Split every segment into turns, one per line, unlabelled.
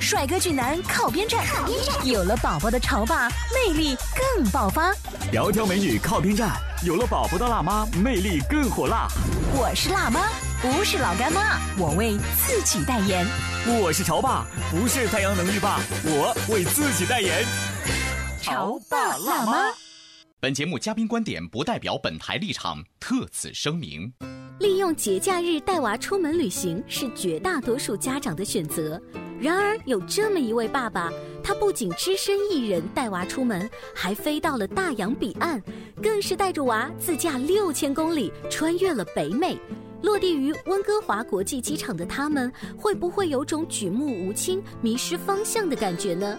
帅哥俊男靠边站，靠边站有了宝宝的潮爸魅力更爆发。
窈窕美女靠边站，有了宝宝的辣妈魅力更火辣。
我是辣妈，不是老干妈，我为自己代言。
我是潮爸，不是太阳能浴霸，我为自己代言。
潮爸辣妈。
本节目嘉宾观点不代表本台立场，特此声明。
利用节假日带娃出门旅行是绝大多数家长的选择。然而，有这么一位爸爸，他不仅只身一人带娃出门，还飞到了大洋彼岸，更是带着娃自驾六千公里，穿越了北美。落地于温哥华国际机场的他们，会不会有种举目无亲、迷失方向的感觉呢？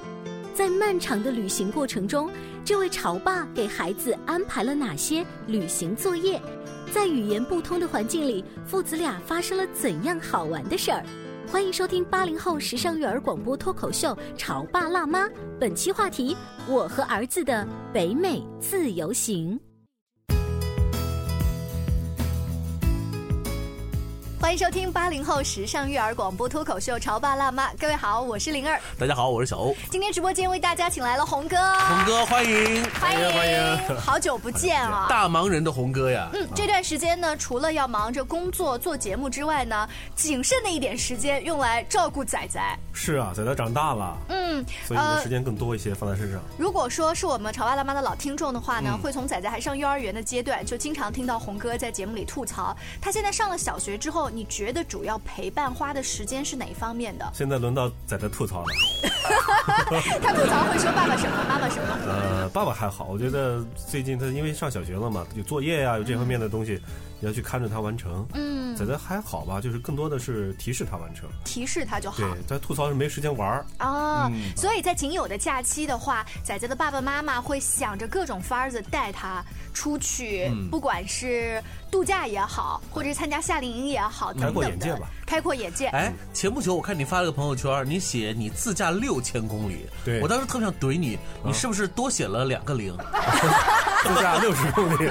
在漫长的旅行过程中，这位潮爸给孩子安排了哪些旅行作业？在语言不通的环境里，父子俩发生了怎样好玩的事儿？欢迎收听八零后时尚育儿广播脱口秀《潮爸辣妈》，本期话题：我和儿子的北美自由行。
欢迎收听八零后时尚育儿广播脱口秀《潮爸辣妈》，各位好，我是灵儿。
大家好，我是小欧。
今天直播间为大家请来了红哥，
红哥，欢迎，
哎
欢迎欢迎，好久不见啊！
大忙人的红哥呀。
嗯，
啊
这段时间呢，除了要忙着工作做节目之外呢，谨慎的一点时间用来照顾仔仔。
是啊，仔仔长大了，
嗯，啊
所以你的时间更多一些放在身上。
如果说是我们潮爸辣妈的老听众的话呢，会从仔仔还上幼儿园的阶段就经常听到红哥在节目里吐槽，他现在上了小学之后，你觉得主要陪伴花的时间是哪一方面的？
现在轮到仔仔吐槽了。
他吐槽会说爸爸什么，妈妈什么。
呃，爸爸还好，我觉得最近他因为上小学了嘛，有作业呀、有这方面的东西，你要去看着他完成。
嗯，
仔仔还好吧，就是更多的是提示他完成。
提示他就好
对，嗯他吐槽是没时间 玩儿，
啊、所以在仅有的假期的话，仔仔的爸爸妈妈会想着各种法子带他出去、
嗯
不管是度假也好，或者是参加夏令营也好，等
嗯开
等
阔
的
眼界吧，
开阔眼 界。
哎，前不久我看你发了个朋友圈，你写你自驾六千公里，
对嗯
我当时特别想怼你，你是不是多写了两个零？
自驾啊六十公里，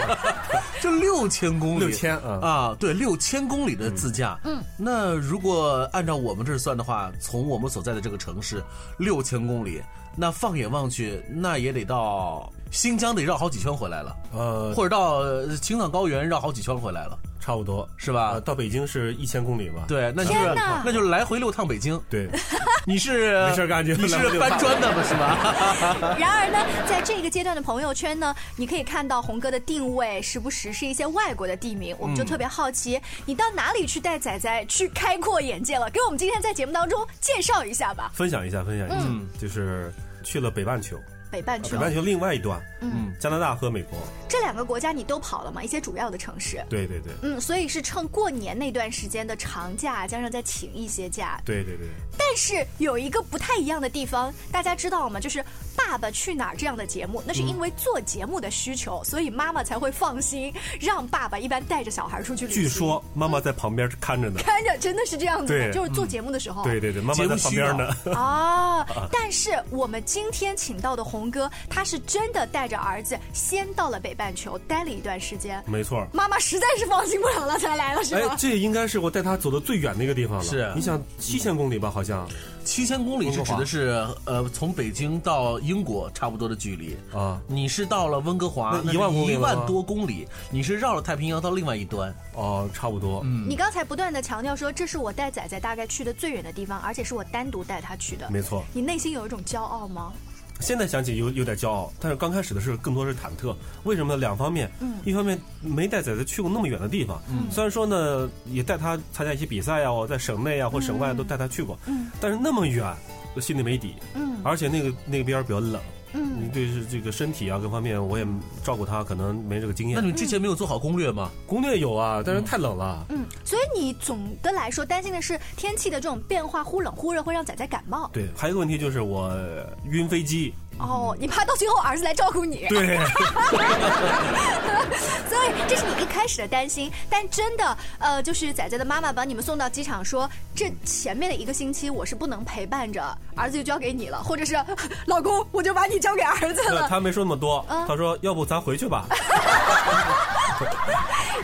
就六千公里，
6000嗯
啊，对，六千公里的自驾。嗯，那如果按照我们这儿算的话，从我们所在的这个城市六千公里，那放眼望去，那也得到新疆得绕好几圈回来了，
呃，
或者到呃青藏高原绕好几圈回来了，
差不多
是吧
呃到北京是一千公里吧？
对，那就是
天哪
那就是来回六趟北 京。
对，
你是
没事干就
你是
来回溜达
搬砖的吗？是吧？
然而呢，在这个阶段的朋友圈呢，你可以看到红哥的定位时不时是一些外国的地名，我们
嗯
就特别好奇，你到哪里去带仔仔去开阔眼界了？给我们今天在节目当中介绍一下吧，
分享一下，分享一下，
嗯
就是去了北半球，
北半
北
球
半球另外一端，
嗯，
加拿大和美国，
这两个国家你都跑了吗？一些主要的城市。
对对对，
嗯，所以是趁过年那段时间的长假，加上再请一些假。
对对对。
但是有一个不太一样的地方，大家知道吗？就是《爸爸去哪儿》这样的节目，那
嗯
是因为做节目的需求，所以妈妈才会放心让爸爸一般带着小孩出去旅行。
据说妈妈在旁边看着呢。
看着真的是这样子的，
对嗯
就是做节目的时候。
对对对，妈妈在旁边呢。
啊！但是我们今天请到的红哥，他是真的带着儿子先到了北半球待了一段时间，
没错儿。
妈妈实在是放心不了了才来了，是
哎
吗，？
这应该是我带他走的最远的一个地方了。
是
你想七千公里吧，好像
七千公里是指的是呃，从北京到英国差不多的距离。
啊，
你是到了温哥华，
那一万公里
一
了吗
万多公里，你是绕了太平洋到另外一端。
哦，差不多。
你刚才不断的强调说，这是我带仔仔大概去的最远的地方，而且是我单独带他去的。
没错，
你内心有一种骄傲吗？
现在想起有有点骄傲，但是刚开始的时候更多是忐忑。为什么呢？两方面，
嗯
一方面没带仔仔去过那么远的地方，虽然说呢也带他参加一些比赛呀、我在省内啊或省
嗯
外都带他去过，但是那么远，我心里没底。而且那个那边比较冷，
嗯
你对是这个身体啊各方面，我也照顾他，可能没这个经
那
验。
你之前没有做好攻略吗？
攻略有啊，但是太冷了。
嗯，所以你总的来说担心的是天气的这种变化，忽冷忽热会让仔仔感冒。
对，还有一个问题就是我晕 飞机，
哦，你怕到最后儿子来照顾你，
对，
所以这是你一开始的担心。但真的，呃，就是仔仔的妈妈把你们送到机场说，这前面的一个星期我是不能陪伴着，儿子就交给你了，或者是 老公我就把你交给儿子了。
他没说那么多，
嗯
他说要不咱回去吧。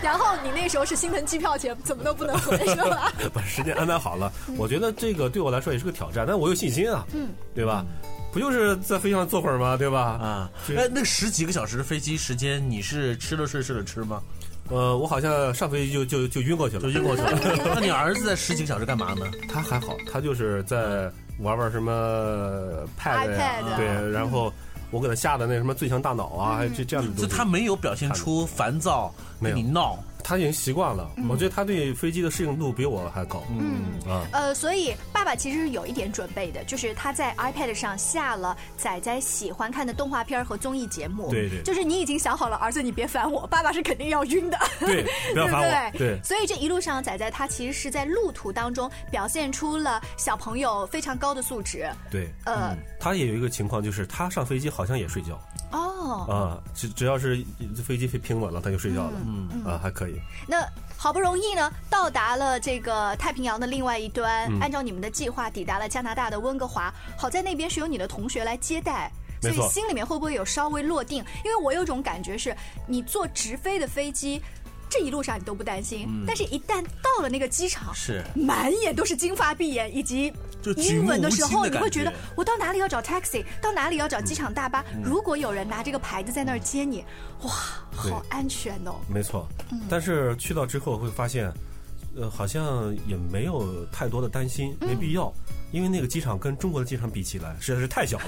然后你那时候是心疼机票钱，怎么都不能回，是吧？
把时间安排好了，我觉得这个对我来说也是个挑战，但我有信心啊，
嗯，
对吧？不就是在飞机上坐会儿吗？对吧？
啊，
对
哎，那十几个小时的飞机时间，你是吃了睡，睡了 吃吗？
呃，我好像上飞机就就就晕过去
就
了，
晕过去了。那你儿子在十几个小时干嘛呢？
他还好，他就是在玩玩什么 Pad 呀
iPad 啊嗯
对，然后我给他下的那什么《最强大脑》啊，还有这这样的东
嗯就
西，
他没有表现出烦躁，
没
跟
有
你闹，
他已经习惯了，
嗯
我觉得他对飞机的适应度比我还高，嗯啊，
呃，所以爸爸其实是有一点准备的，就是他在 iPad 上下了仔仔喜欢看的动画片儿和综艺节目。
对对
就是你已经想好了，儿子你别烦我，爸爸是肯定要晕的。
对，不要
对
烦我，
不
对
所以这一路上，仔仔他其实是在路途当中表现出了小朋友非常高的素质。
对，
呃，
他也有一个情况，就是他上飞机好像也睡觉。
哦，
啊，只只要是飞机飞平稳了，他就睡觉了，嗯啊，还可以。
那好不容易呢，到达了这个太平洋的另外一端，
嗯
按照你们的计划抵达了加拿大的温哥华。好在那边是由你的同学来接待。所
没
以
错
心里面会不会有稍微落定？因为我有种感觉是，你坐直飞的飞机，这一路上你都不担心，但是一旦到了那个机场，
嗯是
满眼都是金发碧眼以及
就举
英
目
文的
无
时
亲
候，
的
你
感
会觉得
觉
我到哪里要找 taxi，到哪里要找机场大巴。
嗯
如果有人拿这个牌子在那儿接你，哇，好安全哦！
没错，但是去到之后会发现，呃，好像也没有太多的担心，没必要，因为那个机场跟中国的机场比起来实在是太小了。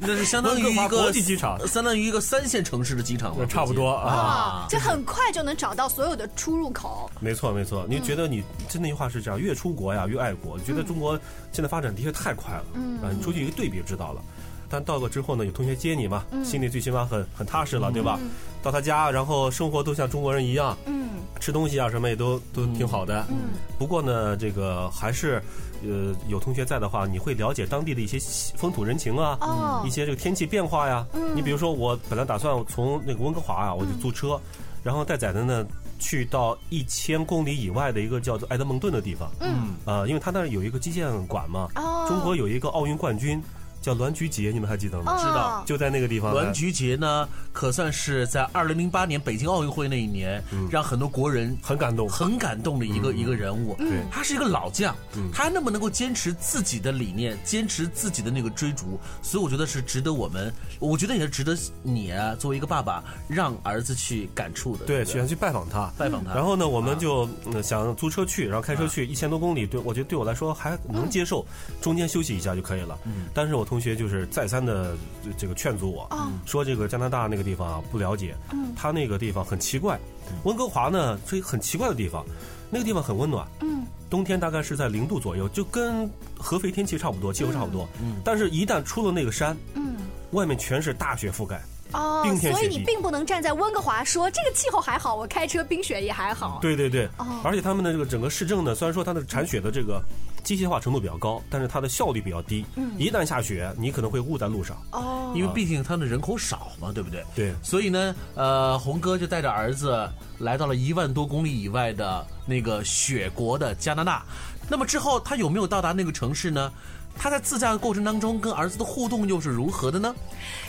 那是相当于一
温哥华
个
国际机场
相当于一个三线城市的机场吧，
差不多啊
啊，这很快就能找到所有的出入口。
没错，没错，你觉得你这那句话是这样，越出国呀越爱国。你觉得中国现在发展的确太快了，啊，你出去一个对比就知道了。但到了之后呢，有同学接你嘛，心里最起码很很踏实了，对吧？到他家，然后生活都像中国人一样，
嗯，
吃东西啊什么也都都挺好的。嗯，不过呢，这个还是，呃，有同学在的话，你会了解当地的一些风土人情啊，
哦
一些这个天气变化呀。你比如说，我本来打算从那个温哥华啊，我就租车，然后带崽子呢去到一千公里以外的一个叫做埃德蒙顿的地方。嗯，啊，因为他那儿有一个击剑馆嘛，
哦
中国有一个奥运冠军叫栾菊杰，你们还记得吗？
知道
就在那个地方。
栾菊杰呢，可算是在二零零八年北京奥运会那一年，
嗯
让很多国人
很感动
很感动的一个一个人物。
嗯对嗯
他是一个老将，他那么能够坚持自己的理念，坚持自己的那个追逐，所以我觉得是值得我们，我觉得也是值得你啊，作为一个爸爸，让儿子去感触的。
对，
不
想去拜访他，
拜访他
然后呢，我们就、嗯想租车去，然后开车去，一千多公里，对我觉得对我来说还能接受，中间休息一下就可以了。但是我同学就是再三的这个劝阻我，说这个加拿大那个地方啊不了解，他那个地方很奇怪，温哥华呢是一个很奇怪的地方，那个地方很温暖，嗯。冬天大概是在零度左右，就跟合肥天气差不多，气候差不多。但是，一旦出了那个山，嗯，外面全是大雪覆盖，
哦
冰，天
所以
雪
你
地
并不能站在温哥华说这个气候还好，我开车冰雪也还好。
对对对，
哦
而且他们的这个整个市政呢，虽然说它的铲雪的这个机械化程度比较高，但是它的效率比较低。
嗯
一旦下雪，你可能会误在路上。
哦，
因为毕竟他们人口少嘛，对不对？
对
所以呢，呃，红哥就带着儿子来到了一万多公里以外的那个雪国的加拿大。那么之后他有没有到达那个城市呢？他在自驾的过程当中跟儿子的互动又是如何的呢？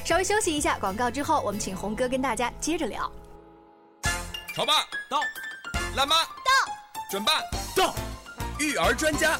稍微休息一下，广告之后，我们请红哥跟大家接着聊。
潮爸到，辣妈到，准爸
到，
育儿专家，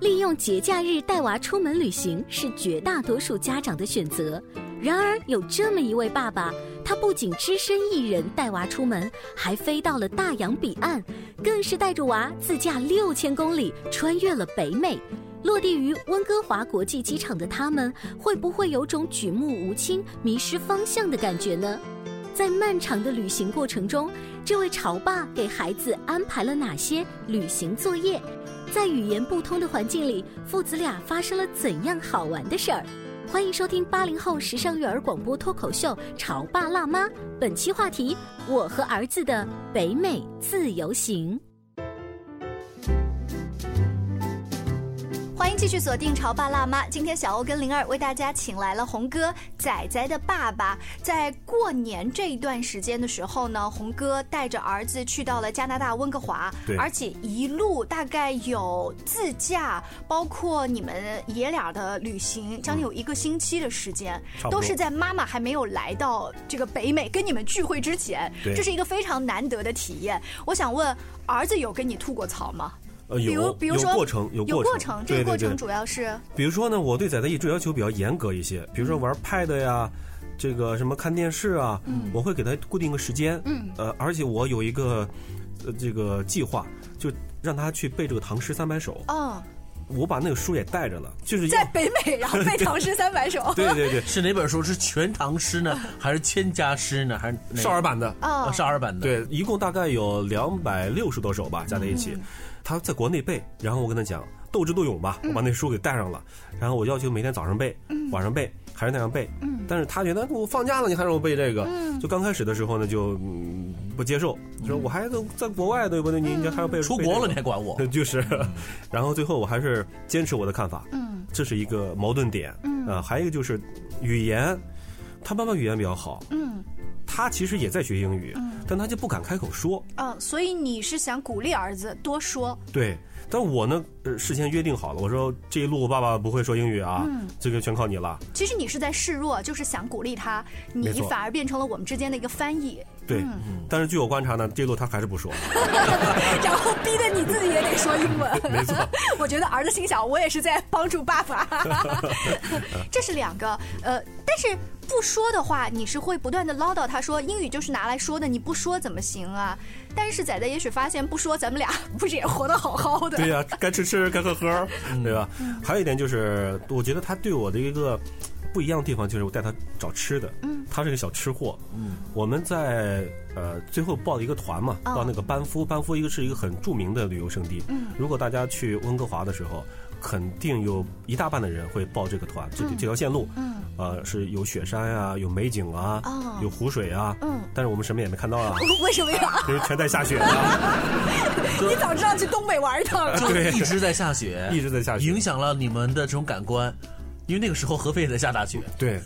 利用节假日带娃出门旅行是绝大多数家长的选择。然而，有这么一位爸爸，他不仅只身一人带娃出门，还飞到了大洋彼岸，更是带着娃自驾六千公里，穿越了北美。落地于温哥华国际机场的他们，会不会有种举目无亲、迷失方向的感觉呢？在漫长的旅行过程中，这位潮爸给孩子安排了哪些旅行作业？在语言不通的环境里，父子俩发生了怎样好玩的事儿？欢迎收听八零后时尚育儿广播脱口秀《潮爸辣妈》，本期话题：我和儿子的北美自由行。
欢迎继续锁定《潮爸辣妈》。今天小欧跟灵儿为大家请来了红哥仔仔的爸爸。在过年这一段时间的时候呢，红哥带着儿子去到了加拿大温哥华
对，
而且一路大概有自驾，包括你们爷俩的旅行，将近有一个星期的时间
嗯差，不多
都是在妈妈还没有来到这个北美跟你们聚会之前，
对
这是一个非常难得的体验。我想问，儿子有跟你吐过槽吗？
呃，
比如
有
比如说
有过程，有
有
过
程，这
对
个
对
过
对
程主要是
比如说呢，我对仔仔一直要求比较严格一些，比如说玩 Pad 呀，
嗯
这个什么看电视啊，
嗯
我会给他固定个时间，
嗯
呃，而且我有一个呃这个计划，就让他去背这个《唐诗三百首》，
嗯，
我把那个书也带着了，就是。
在北美， 然后背唐诗三百首
对 对对，
是哪本书？是全唐诗呢，还是千家诗呢？还是哪呃
少儿版的
哦
少儿版的。
对，一共大概有两百六十多首吧，加在一起。
嗯
他在国内背，然后我跟他讲斗智斗勇吧，我把那书给带上了，
嗯
然后我要求每天早上背，晚上背，还是那样背。但是他觉得我放假了，你还让我背这个，
嗯
就刚开始的时候呢，就、嗯、不接受，说我还在国外对不对？你你还要背
嗯出国了你还
管我？ 就是，然后最后我还是坚持我的看法，
嗯
这是一个矛盾点。
嗯
呃，还有一个就是语言，他妈妈语言比较好，
嗯
他其实也在学英语，
嗯
但他就不敢开口说。
嗯，所以你是想鼓励儿子多说，
对，但我呢，呃事先约定好了，我说这一路我爸爸不会说英语啊，
嗯
这个全靠你了。
其实你是在示弱，就是想鼓励他，你
没错
反而变成了我们之间的一个翻译，
对，
嗯
但是据我观察呢，这一路他还是不说。
然后逼得你自己也得说英文。
没错，
我觉得儿子心想，我也是在帮助爸爸。 这是两个，呃，但是不说的话，你是会不断的唠叨他说英语就是拿来说的，你不说怎么行啊？但是仔仔也许发现不说，咱们俩 不是也活得好好 的？
对呀、该吃吃，该喝喝，
嗯
对吧？还有一点就是，我觉得他对我的一个不一样的地方，就是我带他找吃的，
嗯
他是个小吃货。
嗯，
我们在呃最后报了一个团嘛，
哦
到那个班夫，班夫一个是一个很著名的旅游胜地。
嗯
如果大家去温哥华的时候，肯定有一大半的人会报这个团，这、
嗯
这条线路。
嗯
呃，是有雪山啊，有美景啊，
哦
有湖水啊，
嗯
但是我们什么也没看到啊，
为什么呀？
因为全在下雪 啊。
你早知道去东北玩一趟了。
就一直在下 雪，一
直在下
雪，影响了你们的这种感官，因为那个时候合肥也在下大雪。
对，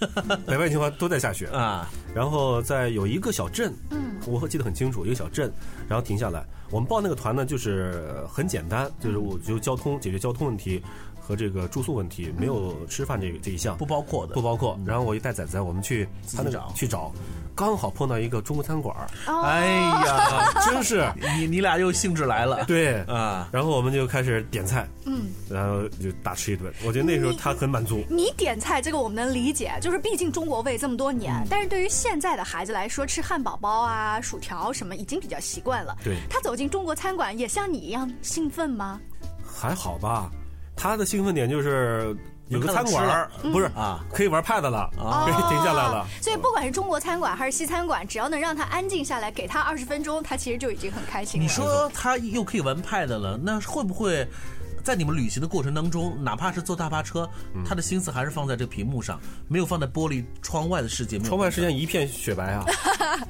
北外清华都在下雪啊。然后在有一个小镇，
嗯
我记得很清楚，一个小镇，然后停下来。我们报那个团呢，就是呃很简单，就是我就交通解决交通问题和这个住宿问题，没有吃饭这个这一项，不包括的，不包括。然后我就带仔仔，我们去
己
他那个
找
去找，刚好碰到一个中国餐馆儿，
哦
哎呀，
真是
你你俩又兴致来了。
对
啊，
然后我们就开始点菜，
嗯，
然后就大吃一顿。我觉得那时候他很满足，
你点菜这个我们能理解，就是毕竟中国胃这么多
嗯
年，但是对于现在的孩子来说，吃汉堡包啊、薯条什么已经比较习惯了。
对
他走进中国餐馆也像你一样兴奋吗？
还好吧。他的兴奋点就是有个餐馆儿
能看到吃了，哦
不是啊，可以玩 Pad 了，可以停下来了。
所以不管是中国餐馆还是西餐馆，只要能让他安静下来，给他二十分钟，他其实就已经很开心了。
你说他又可以玩 Pad 了，那会不会在你们旅行的过程当中，哪怕是坐大巴车，他的心思还是放在这个屏幕上，没有放在玻璃窗外的世界？
窗外世界一片雪白 啊，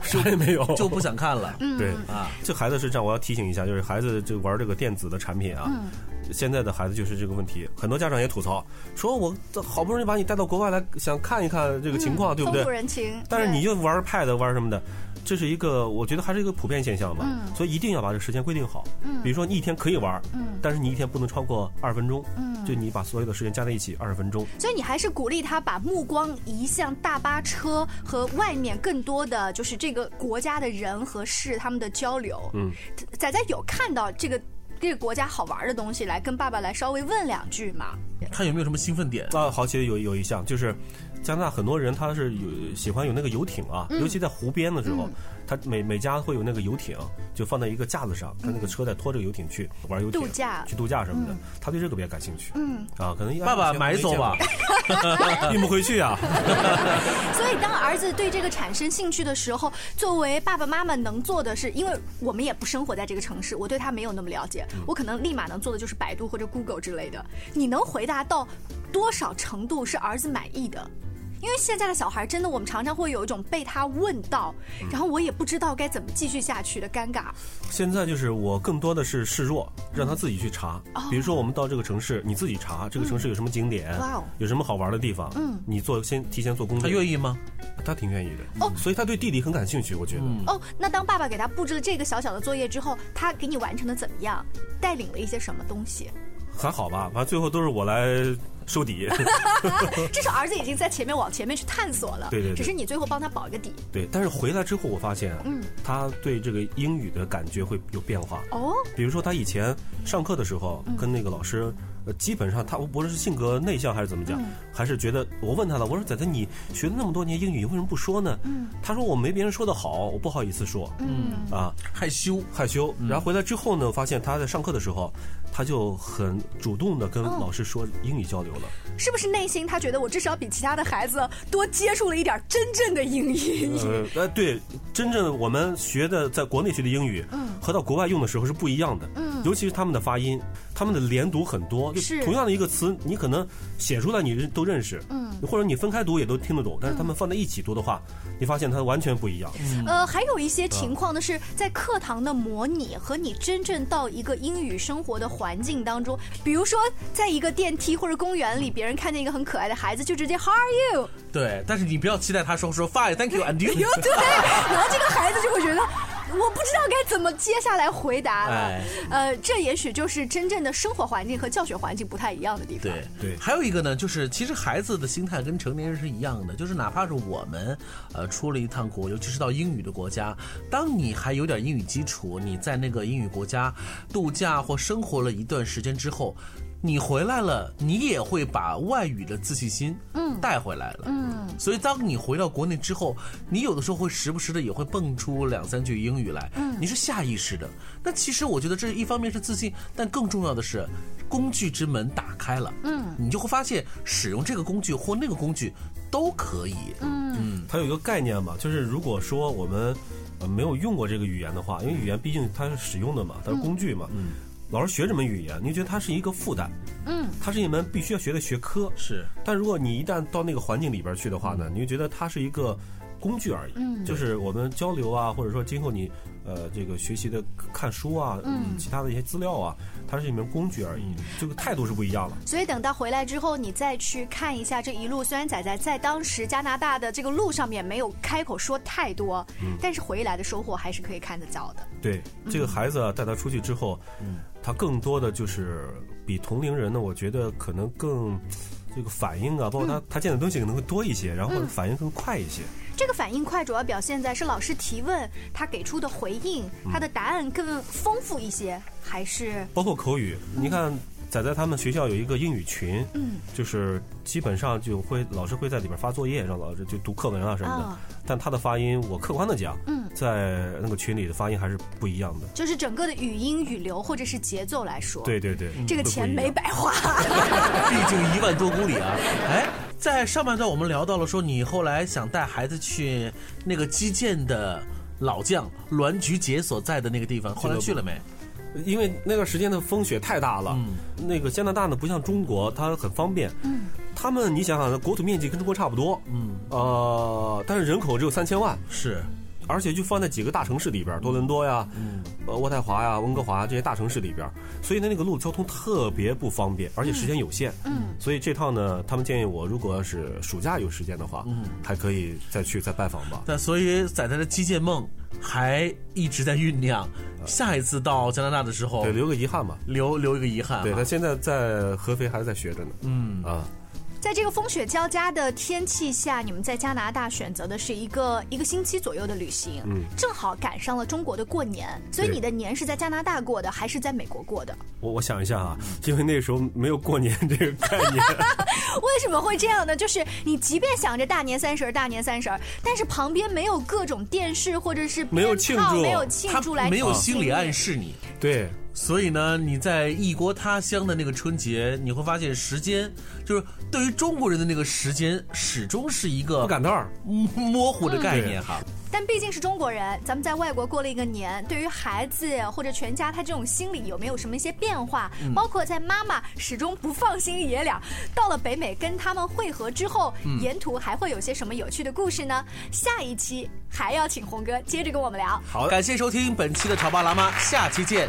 啥也没有，
就不想看了。
嗯
对啊，这孩子是这样，我要提醒一下，就是孩子就玩这个电子的产品啊，
嗯
现在的孩子就是这个问题，很多家长也吐槽，说我这好不容易把你带到国外来，想看一看这个情况，对不对？
风土人情。
但是
对
你就玩 Pad 玩什么的，这是一个我觉得还是一个普遍现象吧。
嗯
所以一定要把这个时间规定好。
嗯
比如说你一天可以玩，
嗯
但是你一天不能超过二十分钟。
嗯
就你把所有的时间加在一起二十分钟。
所以你还是鼓励他把目光移向大巴车和外面更多的就是这个国家的人和事他们的交流。
嗯，
仔仔有看到这个这个国家好玩的东西，来跟爸爸来稍微问两句吗？
看有没有什么兴奋点啊？好，其实有有一项就是，加拿大很多人他是有喜欢有那个游艇啊，
嗯
尤其在湖边的时候
嗯，
他每每家会有那个游艇，就放在一个架子上，他那个车在拖着游艇去玩游
嗯
艇，
度假
去度假什么的
嗯，
他对这个比较感兴趣
嗯，
啊。可能
爸爸买走吧，
运不回去 啊。
所以，当儿子对这个产生兴趣的时候，作为爸爸妈妈能做的是，因为我们也不生活在这个城市，我对他没有那么了解，
嗯
我可能立马能做的就是百度或者 Google 之类的。你能回答到多少程度是儿子满意的？因为现在的小孩真的，我们常常会有一种被他问到，
嗯
然后我也不知道该怎么继续下去的尴尬。
现在就是我更多的是示弱，让他自己去查
哦。
比如说我们到这个城市，你自己查这个城市有什么景点
嗯哇哦，
有什么好玩的地方，
嗯
你做先提前做攻略。他愿意吗？他挺愿意的，
哦
所以他对地理很感兴趣，我觉得。
嗯
哦，那当爸爸给他布置了这个小小的作业之后，他给你完成的怎么样？带领了一些什么东西？
还好吧，反正最后都是我来 收底。
至少儿子已经在前面往前面去探索了，
对对对
只是你最后帮他保一个底。
对，但是回来之后我发现，啊
嗯，
他对这个英语的感觉会有变化。
哦，
比如说他以前上课的时候
嗯
跟那个老师，呃，基本上他我不知道是性格内向还是怎么讲
嗯，
还是觉得我问他了，我说仔仔你学了那么多年英语，你为什么不说呢？
嗯
他说我没别人说的好，我不好意思说。
嗯
啊，害羞嗯害羞。然后回来之后呢，发现他在上课的时候，他就很主动的跟
哦
老师说英语交流了。
是不是内心他觉得我至少比其他的孩子多接触了一点真正的英语？
嗯
呃，呃，对，真正我们学的在国内学的英语，
嗯
和到国外用的时候是不一样的，
嗯
尤其是他们的发音，他们的连读很多，就是同样的一个词，你可能写出来你认都认识，
嗯
或者你分开读也都听得懂，但是他们放在一起读的话，你发现它完全不一样，
呃，还有一些情况呢，是在课堂的模拟和你真正到一个英语生活的环境当中，比如说在一个电梯或者公园里，别人看见一个很可爱的孩子，就直接 How are you？
对，但是你不要期待他说说 fine, thank you and
有
you。
对，哎然后这个孩子就会觉得。我不知道该怎么接下来回答了，
哎
呃，这也许就是真正的生活环境和教学环境不太一样的地方。
对对，还有一个呢，就是其实孩子的心态跟成年人是一样的，就是哪怕是我们，呃，出了一趟国，尤其是到英语的国家，当你还有点英语基础，你在那个英语国家度假或生活了一段时间之后，你回来了，你也会把外语的自信心
嗯
带回来了。
嗯
所以，当你回到国内之后，你有的时候会时不时的也会蹦出两三句英语来，
嗯
你是下意识的。那其实我觉得这一方面是自信，但更重要的是，工具之门打开了，
嗯
你就会发现使用这个工具或那个工具都可以。
嗯
它有一个概念嘛，就是如果说我们呃没有用过这个语言的话，因为语言毕竟它是使用的嘛，
嗯
它是工具嘛，老师学这门语言，你就觉得它是一个负担，
嗯
它是一门必须要学的学科。
是，
但如果你一旦到那个环境里边去的话呢，你就觉得它是一个工具而已。
嗯
就是我们交流啊，或者说今后你呃这个学习的看书啊，
嗯
其他的一些资料啊，它是一门工具而已。这个态度是不一样了。
所以等到回来之后，你再去看一下这一路。虽然仔仔在当时加拿大的这个路上面没有开口说太多，但是回来的收获还是可以看得到的。
对，这个孩子啊，带他出去之后，
嗯
他更多的就是比同龄人呢，我觉得可能更这个反应啊，包括他、他见的东西可能会多一些，然后
嗯
反应更快一些。
这个反应快主要表现在是老师提问，他给出的回应，他的答案更丰富一些，还是
包括口语，你看仔仔他们学校有一个英语群，
嗯
就是基本上就会老师会在里边发作业，让老师就读课文啊什么的。
啊
但他的发音，我客观的讲，
嗯
在那个群里的发音还是不一样的。
就是整个的语音、语流或者是节奏来说，
对对对，
这个钱没白花。
毕竟一万多公里啊！ 哎，在上半段我们聊到了说你后来想带孩子去那个击剑的老将栾菊杰所在的那个地方，后来去了没？
因为那段时间的风雪太大了。那个加拿大呢，不像中国，它很方便。
嗯
他们你想想，国土面积跟中国差不多，嗯，呃，但是人口只有三千万，
是。
而且就放在几个大城市里边，多伦多呀、呃渥太华呀、温哥华这些大城市里边，所以呢那个路交通特别不方便，而且时间有限。
嗯
所以这趟呢，他们建议我，如果要是暑假有时间的话，
嗯
还可以再去再拜访吧。
但所以仔仔的基建梦还一直在酝酿，下一次到加拿大的时候，
啊对，留个遗憾嘛，
留留一个遗憾。
对他现在在合肥还在学着呢。
嗯
啊，
在这个风雪交加的天气下，你们在加拿大选择的是一个一个星期左右的旅行，
嗯
正好赶上了中国的过年，所以
对
你的年是在加拿大过的，还是在美国过的？
我我想一下啊，因为那个时候没有过年这个概念，
为什么会这样呢？就是你即便想着大年三十儿，大年三十儿，但是旁边没有各种电视或者是
没有
鞭
庆
炮
祝
没有庆祝来
没有
提
心
醒
理
你
暗示你。
对，
所以呢，你在异国他乡的那个春节，你会发现时间就是对于中国人的那个时间，始终是一个不
赶道
模糊的概念
嗯
哈。
但毕竟是中国人，咱们在外国过了一个年，对于孩子或者全家，他这种心理有没有什么一些变化？
嗯
包括在妈妈始终不放心爷俩到了北美跟他们会合之后，
嗯
沿途还会有些什么有趣的故事呢？下一期还要请红哥接着跟我们聊。
好，感谢收听本期的《潮爸辣妈》，下期见。